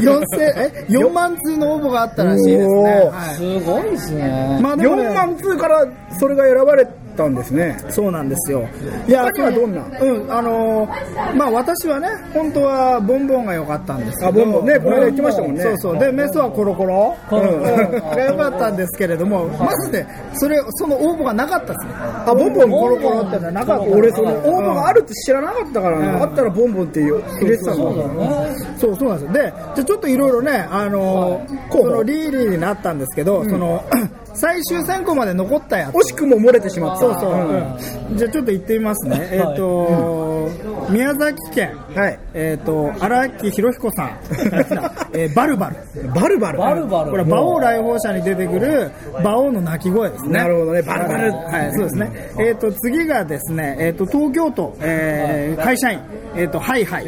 A: 4000、え、4万通の応募があったらしいですね。
B: おー
A: はい
D: すごいですね
A: まあでもね
B: 4万通からそれが選ばれたんですね。
A: そうなんですよ。いや
B: 他にはどんな
A: うん、あのーまあ私はね、本当はボンボンが良かったんですけど。
B: あボンボンねこの間言ってましたもんね
A: そうそう。で、メスはコロコロ。
D: コロコロ
A: うんが良かったんですけれども、まずね、それ、その応募がなかったですね。あ、ボンボンコロコロってのはなかった。
B: 俺、その応募
A: うん
B: があるって知らなかったからね、
A: うん
B: あったらボンボンって入れてた
D: そうだ
B: の
D: よ
B: に。
D: ね
A: そうそうなんですよでじゃあちょっといろいろね、あのー
B: 候補
A: そのリーリーになったんですけど、その [clears throat] 最終選考まで残ったやつ
B: 惜しくも漏れてしまった。
A: そうそう、
B: ん
A: うんじゃあちょっと行ってみますね、えっ、と、宮崎県
B: はい。
A: えっ、と荒木博彦さん、 [laughs] えーバルバル
B: バルバル。
D: バルバル
A: これは馬王来訪者に出てくる馬王の鳴き声ですね
B: なるほどねバルバル
A: はいそうですねえっ、と次がですねえっ、と東京都、えー会社員えっ、とハイハイ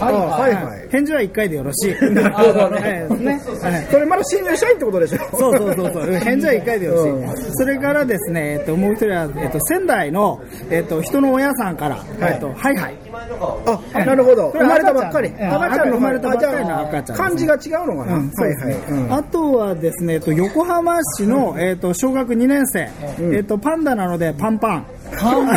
B: あはい
A: はい
B: はい。
A: 返事は1回でよろしい。
B: [laughs] なるほどね
A: はいですね。はい
B: それまだ新入社員ってことでしょ
A: そうそうそう
B: [laughs]
A: そう。返事は1回でよ
B: う
A: ろしい。それからですね、えっと、もう一人は、えっと、仙台の、えっと、人の親さんから、
B: い
A: えっと、はいはい。
B: あ、なるほど。
A: こ
B: 生
A: れ
B: まれたばっかり。
A: 赤ちゃん
B: 赤ちゃんの
A: 生まれたばっかりの
B: あじゃあ
A: 赤ちゃん
B: 漢字が違うのかな。
A: うんそうですね
B: うん
A: あとはですね、えっと、横浜市の、えっと、小学2年生、えっと、パンダなのでパンパン。
D: 短パ
A: [laughs]
D: ン。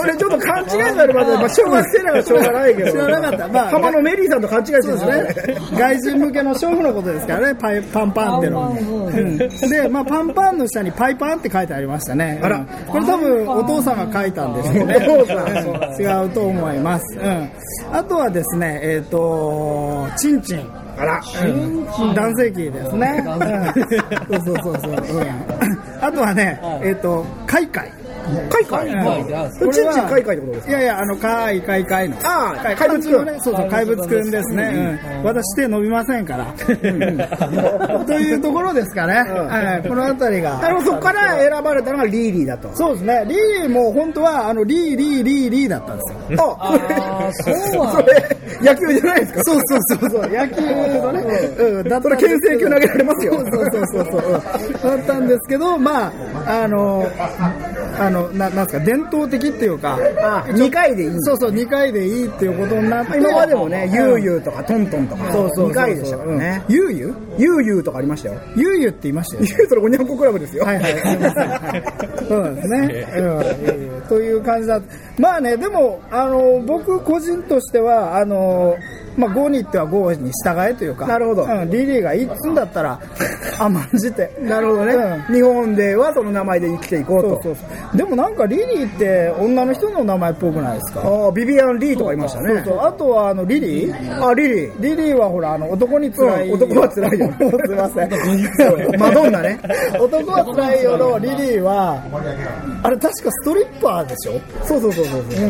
B: それちょっと勘違いになるまで、まあ、小学生ならしょうがないけど。
A: 知らなかったまあ
B: 浜野メリーさんと勘違いして
A: そ
B: る
A: うん
B: です
A: で
B: ね。
A: すね。外人向けの娼婦のことですからね、パイパンパンってのは
D: パンパンう
A: うんで、まあ、パンパンの下にパイパンって書いてありましたね。
B: あら
A: うんこれ多分お父さんが書いたんです
D: [laughs]
A: よね。
B: お父さ
A: 違うと思います。うん。あとはですね、えっ、と、チンチン。
B: あら、
A: 男性器ですね。うん [laughs] そうそうそうそう。うんあとはね、えっ、と、カイカイ。
B: 海外
A: うん
D: 海外
B: うちんちん海外ってことです
A: いやいや、あの、かいかいかいの。
B: ああ
A: 怪
B: 怪物
A: 物くんね。そうそう、怪
D: 怪
A: 物
D: 物
A: く
D: く
A: ん
D: ん
A: ですね。うん私手伸びませんから。 [laughs] というところですかね。はいこのあたり
B: か。なる
A: が。
B: ほど、そこから選ばれたのがリーリーだと。
A: そうですね。リーも本当は、あの、リー、リー、リー、リーだったんですよ。
B: あ、
D: あーそうなんだ
B: それ、野球じゃないですか
A: そうそうそうそう、野球のね、うん、だった
B: それ牽制球投げられますよ
A: そうそうそうそうそう、だったんですけど、まあ、あの、あの、ななんですか、伝統的っていうか。
B: あ、2回でいい。
A: そうそう、二回でいいっていうことになって。
B: 今までもね、ユー
A: う
B: ユーとかトントンとか、
A: ん。そうそうそうそう。
B: 2回でしたからね。
A: うんゆうゆう。
B: ユーユーとかありましたよ。
A: ゆうゆうって言いましたよね。
B: それおにゃんこクラブですよ。
A: はいはい、すいませんはいそうなんですね、うんいえいえ、という感じだまあねでもあの僕個人としてはあの、まあ、5に行っては5に従えというか
B: なるほど
A: うん、リリーがいいっつんだったら甘んじて
B: なるほどね、
A: うん
B: 日本ではその名前で生きていこうと。
A: そうそうそうでもなんかリリーって女の人の名前っぽくないですか
B: ああ、ビビアン・リーとかいましたね。
A: そうそうあとはあのリリー
B: あ、リリー。
A: リリーはほらあの男につらい、
B: うん男は辛いよ
A: [laughs] すいません
B: マドンナね
A: [laughs] 男はつらいよのリリーはあれ確かストリッパーでしょ
B: そうそうそうそうそ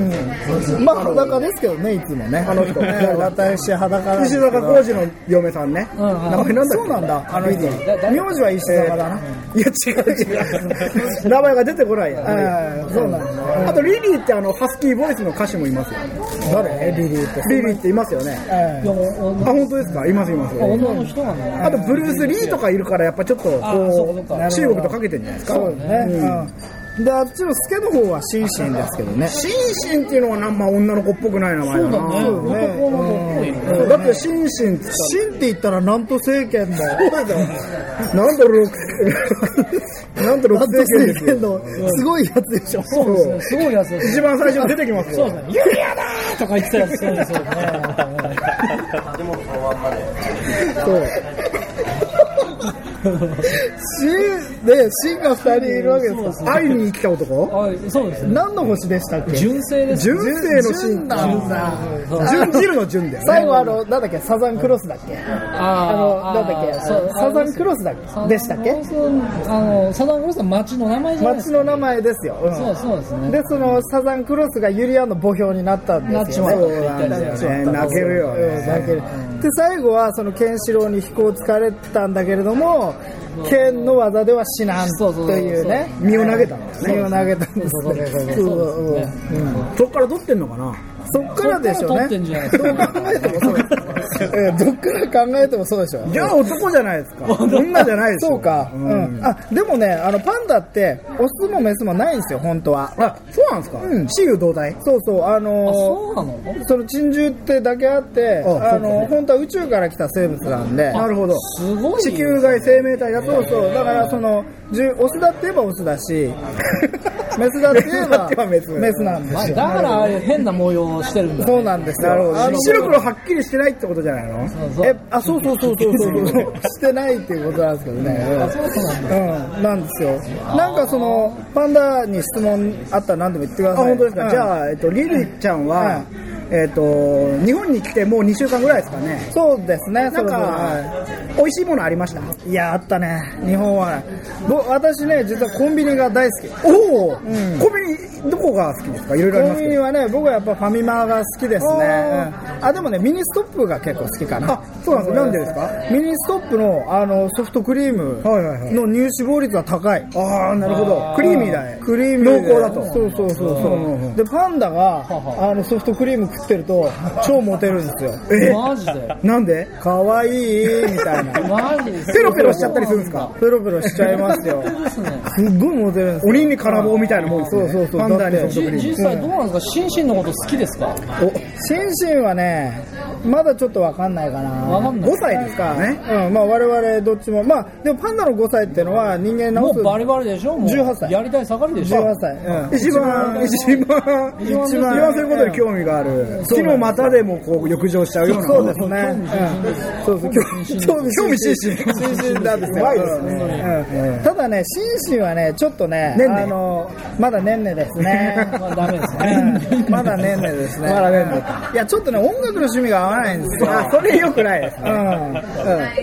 B: う。
A: うん、まあ裸ですけどねいつもね
B: あの人
A: ね私裸なんです
B: 石
A: けど
B: 坂浩二の嫁さんね。
D: うんう
B: 名前
D: ん
B: なんだっけ
A: そうなんだあの人
D: だだ
A: 名字は石坂だな、
B: いや、違う違う。名前が出てこないや。
A: えーそうなんだ
B: あと、リリーってあの、ハスキーボイスの歌手もいますよ。
A: 誰リリーって
B: リリーっていますよね。
A: え
D: いや
B: あ、
D: おお
B: 本当ですかいますいます。
D: 女の人がね、
B: あと、ブルース・リーとかいるから、やっぱちょっと、こう
D: あそうかそうか、
B: 中国とかけてんじゃないです
A: ー
B: か。
A: そうだね、うんであっちのスケの方はシンシンですけどね
B: シンシンっていうのはな、まあ、女の子っぽくない名前だ
A: そう
B: な。
A: だね
D: 男の子っぽいね。
B: そうだって、シンシンって
A: シンって言ったらなんと政権の
B: 言ったら、なんと六、なんと六
A: なんと
B: 世紀です
A: 政
B: よ
A: 権のすごいやつでしょ
D: そうですね、すごいやつです。
B: 一番最初に出てきます [laughs]
D: そう
B: よ
D: で。すね、ユリアだーとか言ってたやつ、そうですよね。
A: シンでシンが2人いるわけです
D: そうですね
B: 会いに来た男
D: あそうですね。
A: 何の星でしたっけ
D: 純正です。
B: 純正のシ
A: 純
B: ン。
A: なんだ
B: 純汁の純だよね。
A: 最後あのなんだっけサザンクロスだっけ
D: あ
A: あの、
D: ー
A: なんだっけ、
D: そう
A: サザンクロスだっけでしたっけ
D: サザンクロスあの、サザンクロスの町の名前じゃないで
A: 町
D: すか。
A: の名前ですよ。うん
D: そうそうですね。
A: で、そのサザンクロスがユリアの墓標になったんですよね。
D: なっ
A: そ
D: ちまった
A: うなんですよ
B: ね泣けるよね
A: うん泣ける。で、最後は、その、ケンシロウに飛行疲れてたんだけれども、剣の技では死なんと
D: そうそうそう
A: いうね。
B: 身を投げたんだよね
A: 身を投げたんです
D: そうそうそうそ
A: そ
D: う
A: うそう
D: そう
A: う
D: で
A: ん
D: す
B: そっから取ってんのかな
A: そっからでしょうね。
D: そっから撮ってんじゃない
A: どう考えてもそうです。えどっから考えてもそうでしょ。
B: じゃあ男じゃないですか。 [laughs] 女じゃないです
A: そうか、うんあでもねあのパンダってオスもメスもないんですよ本当は
B: あ、そうなんですか
A: うん
B: 雌雄同体
A: そうそうあ
D: あ、
A: の
D: そうなの
A: ーその珍獣ってだけあって
B: あそうか
A: あのー本当は宇宙から来た生物なんで
B: なるほど。
D: すごい。
B: 地球外生命体だ
A: そ
B: と
A: う、そうだからそのじゅオスだって言えばオスだ
B: [laughs]
A: しメスだって言えば
B: メスだって言えばメス
A: なんで
D: まあ
A: す
D: だ
A: よ
D: から、あれ変な模様をしてるんだ。
A: そうなんですよあの
B: 白黒はっきりしてないってことじゃないの
D: そうそう
A: えあそうそうそうそう
B: [laughs]
A: そうそうしてないっていうことなんですけどね、うん
D: あそうなんだ。
A: うん、なんですよ。なんかその、パンダに質問あったら何でも言ってくだ
B: あ、
A: さい。
B: 本当で
A: う
B: す
A: ん
B: か。じゃあ、えっと、リリちゃん
A: は、
B: はいえっと、日本に来てもう2週間ぐらいですかね。
A: そうですね、
B: なん
A: そろそろ
B: か
A: は、
B: 美味しいものありました
A: いいや、あったね、日本は。ぼ私ね、実はコンビニが大好き。
B: おお、
A: ん
B: コンビニどこが好きですかいろいろあ
A: コ
B: りま
A: ン
B: す
A: ビ
B: け
A: ニ
B: ど
A: はね、僕はやっぱファミマが好きですね。
B: あ
A: うんあ、でもね、ミニストップが結構好きかな。
B: あそうなんですなんでですか
A: ミニストップのあのソフトクリーム
B: はいはいはい
A: の入手肪率は高い。
B: ああなるほどクリーミーだね
A: クリーミーで
B: 濃厚だと
A: そうそうそうそう、
B: うんうんうん
A: でパンダが
D: は
A: あのソフトクリーム食ってると超モテるんですよ
B: え
D: マジで。
B: なんで
A: かわいいみたいな [laughs]
D: マジで。
B: ペロペロしちゃったりするんですか
A: ペロペロしちゃいますよ
D: そうなんですね
A: すっごいモテるんですよ
B: 鬼に金棒みたいなもんです
A: そ
B: ね
A: うそうそう
B: パンダにソフトクリーム
D: じ実際どうなんですかシンシンのこと好きですか
A: シンシンはね、まだちょっとわかんないかな。
D: わかんない
B: 5歳ですからね
A: うん、まあ我々どっちも、まあ、でもパンダの5歳っていうのは人間
D: も
A: 直す。
D: うバリバリでしょもう
A: 18歳
D: やりたい盛りでしょ
A: 18歳。うん。
B: 一番、一番、一番、
A: 一
B: 言
A: 番
B: わせることに興味がある。木の股でもこう、浴場しちゃうような。
A: そうですね。うんそうそう、興味
B: 興味津々
A: 興味津々なんですよ。
B: うまいですね
A: うんうんただね、シンシンはね、ちょっとね、
B: ねんね
A: あの、まだねんねですね。
D: [laughs] まあダメです
A: う
D: ね
A: んまだねんねですね。
B: まだねんね
A: いや、ちょっとね、音楽の趣味が合わないんですよ。
B: あそれ良くないですね
A: うん。
B: うん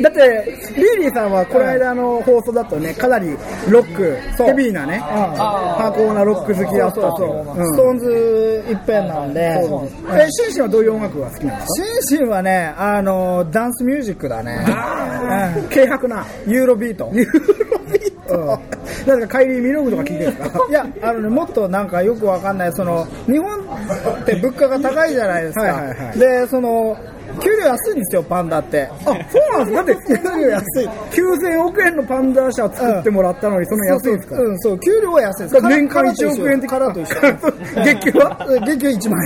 B: だって、リリーさんはこの間の放送だとね、かなりロック、
A: そう
B: ヘビーなね、
D: あ
B: 発行なロック好きだった
A: そう
B: と。
A: そう、
B: うん
A: ストーンズ一辺なんで、
B: え、シンシンはどういう音楽が好きなの
A: シンシンはね、あの、ダンスミュージックだね。うん
B: 軽薄な。
A: ユーロビート。
B: ユーロビート。なんかカイリー・ミローグとか聞いてるんですか
A: いや、あのね、もっとなんかよくわかんない、その、日本って物価が高いじゃないですか。
B: はいはいはい
A: で、その、給料安いんですよ、パンダって。
B: あ、そうなんですだって、給料安い。9000億円のパンダ社作ってもらったのに、その安いんですか
A: そうそううん、そう、給料は安いです。
B: だから年間
A: からと一緒
B: 1億円って
A: からと一緒。
B: 月給は
A: うん月給1万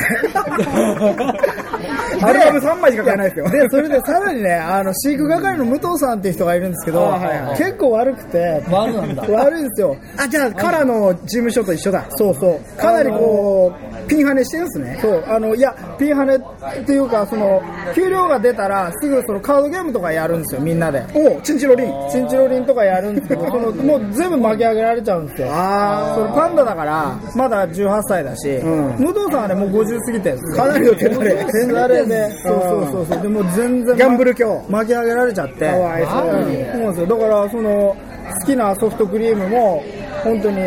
A: 円。
B: [laughs] アルバム3枚しか買えないですよ
A: で、それでさらにね、あの、飼育係の武藤さんっていう人がいるんですけど、
B: あはいはい
A: 結構悪くて、
D: 悪なんだ
A: 悪いんですよ。
B: あ、じゃあ、カラの事務所と一緒だ。
A: そうそう。
B: かなり
A: う、
B: こう、ピンハネしてるんですね。
A: そう、あの、いや、ピンハネっていうか、その、給料が出たら、すぐそのカードゲームとかやるんですよ、みんなで。
B: おチンチロリン。
A: チンチロリンとかやるんですけど、
B: [laughs]
A: その、もう全部巻き上げられちゃうんですよ。
B: あ
A: そのパンダだから、まだ18歳だし、
B: ん
A: 武藤さんはね、もう50過ぎてるんですよ。
B: かなりの手だれ
A: 手だれで、そうそうそうそう、でもう全然、
B: ギャンブル狂
A: 巻き上げられちゃって、か
B: わいそううん
A: そうなんですよ。だから、その、好きなソフトクリームも、本当に、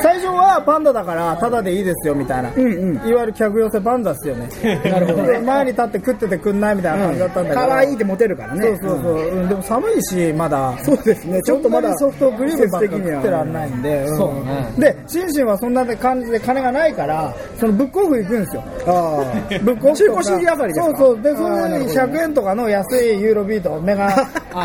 A: 最初はパンダだから、タダでいいですよ、みたいな。
B: んうん
A: いわゆる客寄せパンダっすよね。なるほど。前に立って食っててくんないみたいな感じだったんだけど。
B: かわいいってモテるからね。
A: そうそうそう、うんでも寒いし、まだ。
B: そうですねちょっとまだ
A: そんなにソフトクリームばっか食ってらんないんで。ん
D: そうね
A: で、シンシンはそんな感じで金がないから、そのブックオフ行くんですよ。
B: ああ。
A: ブックオフとか
B: 中古 CD あたりですか
A: そうそう。で、そ
B: あーな
A: れ
B: る
A: に
B: ほど
A: 100円とかの安いユーロビート、メガ、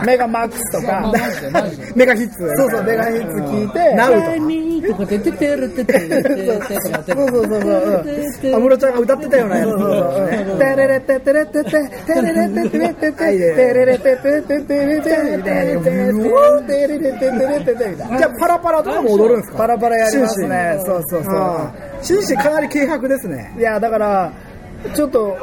A: メガマックスと
D: まあ
A: か
D: マ。ジでマジで
B: メガヒッツ。
A: そうそう、メガヒッツ聞いて。
B: ナウとか。
D: ミーとか出ててるって
A: そうそうそうそううん。
B: 安室ちゃんが歌ってたようなやつ。
A: テレレテテレテテテレレテテレテテテレレテテテテレテテテテみたいな
B: じゃあ、パラパラとかも踊るんですか
A: パラパラやりますね
B: シンシン
A: そうそうそう
B: ああシンシンかなり軽薄ですね。
A: いやだからちょっと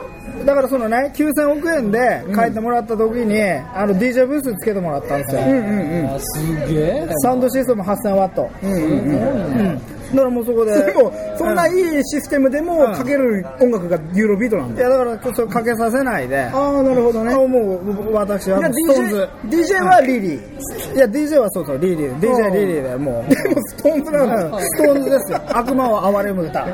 A: だからそのね9000億円で書いてもらった時に、あの DJ ブースつけてもらったんですよ、
D: あすげえ
A: サウンドシステム8000ワット、うんだからもうそこで
B: でも、そんないいシステムでも
A: うん
B: かける音楽がユーロビートなん
A: い
B: だ。
A: やだからそれかけさせないで
B: ああ、なるほどね。
A: もう私は
B: じゃあ
A: SixTONES
B: DJ、DJ はリリー。
A: いや DJ はそうそうリリー DJ リリーでもう
B: でも、ストーンズなんだ。
A: ストーンズですよ悪魔を憐れむ歌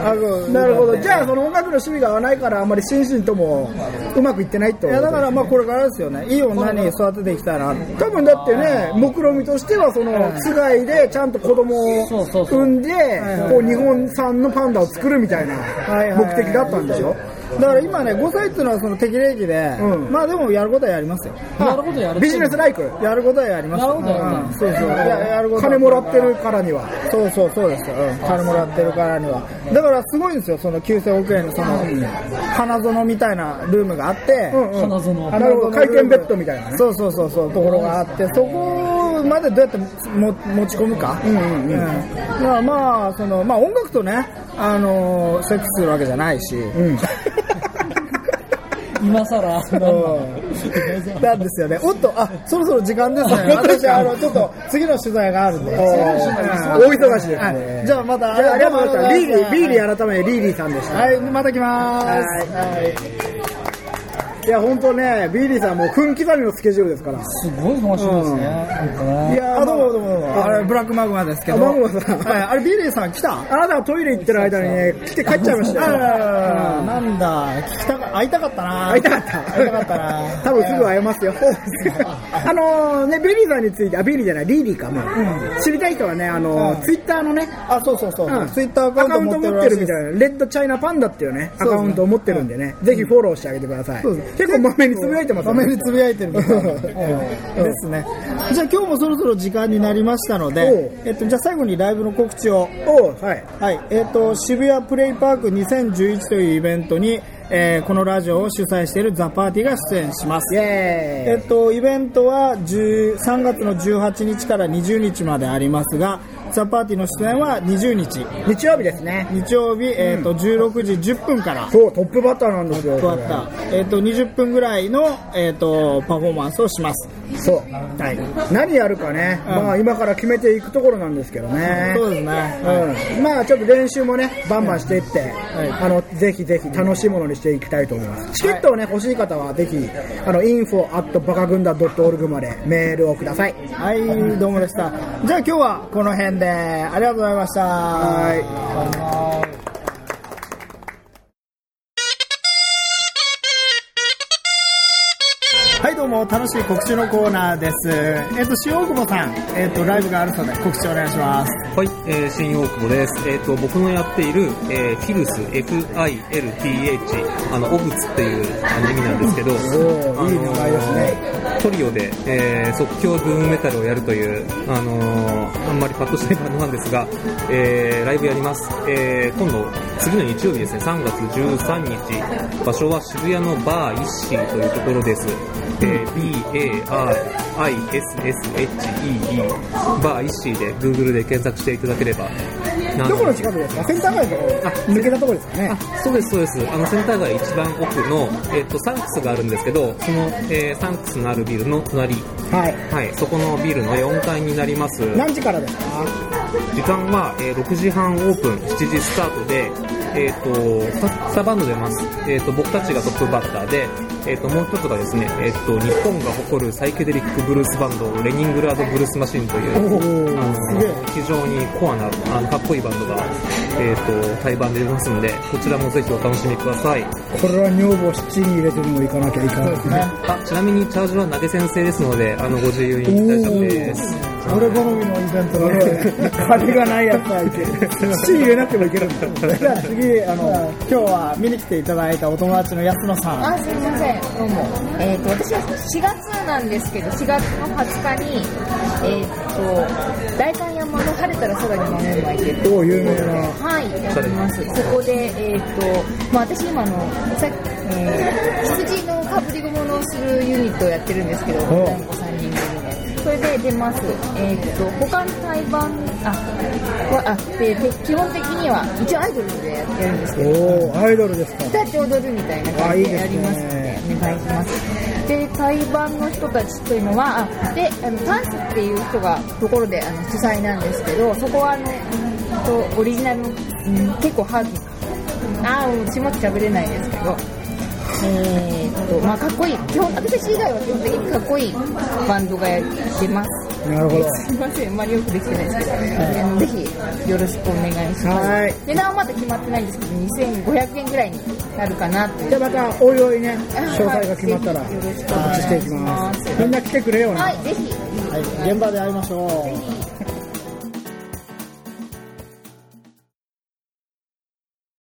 B: な
A: な
B: るほど。じゃあ、その音楽の趣味が合わないから、あんまり心身ともうまくいってないと。
A: いやだからまあこれからですよねいい女に育てていきたいな
B: 多分だってね、目論見としては、その、つがいでちゃんと子供
D: そう
B: を
D: そうそう
B: 産んで、こう、日本産のパンダを作るみたいな目的だったんでしょ
A: だから今ね5歳っていうのはその適齢期で、
B: うん
A: まあでもやることはやりますよ
D: やることやる
B: ビジネスライク。
A: やることはやりますよ
D: やることはやる
A: うんそうそういややることは
B: 金もらってるからには。
A: そうそうそうですよ、うん、金もらってるからにはだからすごいんですよその9000億円のその花園みたいなルームがあって、
B: うんうん。
D: 花園
B: なるほど回転ベッドみたいなね
A: そうそうそうそうところがあってそこまでどうやっても持ち込むか、うんうんうんまあまあその、まあ、音楽とね、あのーセックスするわけじゃないし、
D: 今さら
A: [laughs] なんですよねおっとあそろそろ時間ですね私あのちょっと次の取材があるんで
B: 大忙しです
A: は
B: ね
A: い。じゃあまた
B: じゃあありがとうございました。リーリー、
A: はい
B: リーリー改めてリーリーさんでした。
A: はいまた来ます
B: いや、本当ね、ビーリーさんもう分刻みのスケジュールですから。
D: すごい楽しみですねなんかね
B: いや
A: あどうもどうもどうも
B: あ
A: あ
B: れ
A: れブラックマグマですけど
B: あマグマさん
A: はい、あれビリーさん来た
B: あなたがトイレ行ってる間にね、来て帰っちゃいました
A: あらら
B: よ。
A: ららなんだ聞きたか会いたかったな
B: 会いたかった。
A: 会いたかったな
B: 多分すぐ会えますよ。 [laughs] あのね、ビリーさんについて、あ、ビリーじゃない、リーリーかも。知りたい人はね、あの
A: うん
B: ツイッターのね、
A: あそうそうそう、
B: うん
A: ツイッターアカウント持ってる
B: アカ
A: らしい
B: ウント持ってるみたいな、レッドチャイナパンダっていうね、ア
A: そうですね
B: カウントを持ってるんでね、ぜひフォローしてあげてください
A: そう。です
B: 結構まめにつぶやいてます
A: 画
B: よ
A: 面
B: ね
A: につぶやいてるみたいなですねじゃあ今日もそろそろ時間になりましたので、えっと、じゃあ最後にライブの告知を
B: [laughs] おうはい
A: はいえー、と渋谷プレイパーク2011というイベントに、えーこのラジオを主催しているザ・パーティーが出演します
B: イエーイ
A: えっと、イベントは10 3月の18日から20日までありますがザ・パーティーの出演は20日
B: 日曜日ですね
A: 日曜日、えー、と16時10分から
B: そうトップバッターなんですよ
A: 加わった、えー、と20分ぐらいの、えー、とパフォーマンスをします、
B: そう
A: はい、
B: 何やるかね、
A: うん
B: まあ今から決めていくところなんですけどね
A: そうですね、はい
B: うん、まあちょっと練習もねバンバンしていって、
A: い
B: あのぜひぜひ楽しいものにしていきたいと思いますチケットをね欲しい方はぜひあの info at バカ軍団 .org までメールをください
A: はい、どうもでした。じゃあ今日はこの辺で、ありがとうございました。はい、どうも、楽しい告知のコーナーです。えっ、と、新大久保さん、えっ、と、ライブがあるそうで、告知お願いします。
E: はい、えー、新大久保です。えっ、と、僕のやっている、えー、フィルス、F-I-L-T-H、あの、オブツっていうあの意味なんですけど、
B: おーいい名前ですね
E: あのートリオで、えー、即興ブームメタルをやるという、あのーあんまりパッとしたバンドなんですが、えー、ライブやります。えー、今度、次の日曜日ですね、3月13日、場所は渋谷のバー一心というところです。えー、B-A-R-I-S-S-H-E-E、バー一心で Google で検索していただければ、なん
B: どこの近くですかセンター街の抜けたところですかね
E: そうです、そうです。あの、センター街一番奥の、えっ、と、サンクスがあるんですけど、その、えーサンクスのあるビルの隣、
B: はい
E: はい、そこのビルの4階になります。
B: 何時からですか
E: 時間は、えー6時半オープン、7時スタートで、えっ、と、さサバンド出ます。えっ、と、僕たちがトップバッターで、えっ、と、もう一つがですね、えっ、と、日本が誇るサイケデリックブルースバンド、レニングラードブルースマシンという、あの非常にコアなあのかっこいいバンドが、えー、と対バンで出ますのでこちらもぜひお楽しみください
B: これは女房七に入れても行かなきゃいけないですね
E: あちなみにチャージは投げ先生ですのであのご自由に大丈夫です
B: 俺好みのイベント [laughs] だね金がないやつ [laughs] はいて七に入れなくてもいけるんだ
A: じゃあ次、あの、今日は見に来ていただいたお友達の安野さん。
F: あすいませんどうも、えー、と私は4月なんですけど4月の20日に、えー、と代官山の晴れたら空に守るがいて
B: お有名な
F: はいやってますここで、えーとまあ、私今あのさ、えー羊のかぶりものをするユニットをやってるんですけど
B: お
F: 男子3人組でそれで出ます、えー、と他の対バンあはあでて基本的には一応アイドルでやってるんですけど
B: おおアイドルですか
F: 歌って踊るみたいな感じでやりますの
B: あいいで
F: でお願いしますで台湾の人たちというのはあであのタンスっていう人がところであの主催なんですけどそこはあのうんとオリジナルの、うん結構ハードあーもうちまく喋れないですけどえーっとまあかっこいい基本私以外は基本的にかっこいいバンドがやってます
B: なるほど
F: すいません、あんまりよくできてないですけど、あのぜひよろしくお願いします。
B: はい
F: 値段はまだ決まってないんですけど、2500円ぐらいになるかなっていう。
B: じゃあまたおいおいね詳細が決まったら告知していきますみんな来てくれよな
F: はい、ぜひ。
A: はい、現場で会いましょう。
F: ぜひ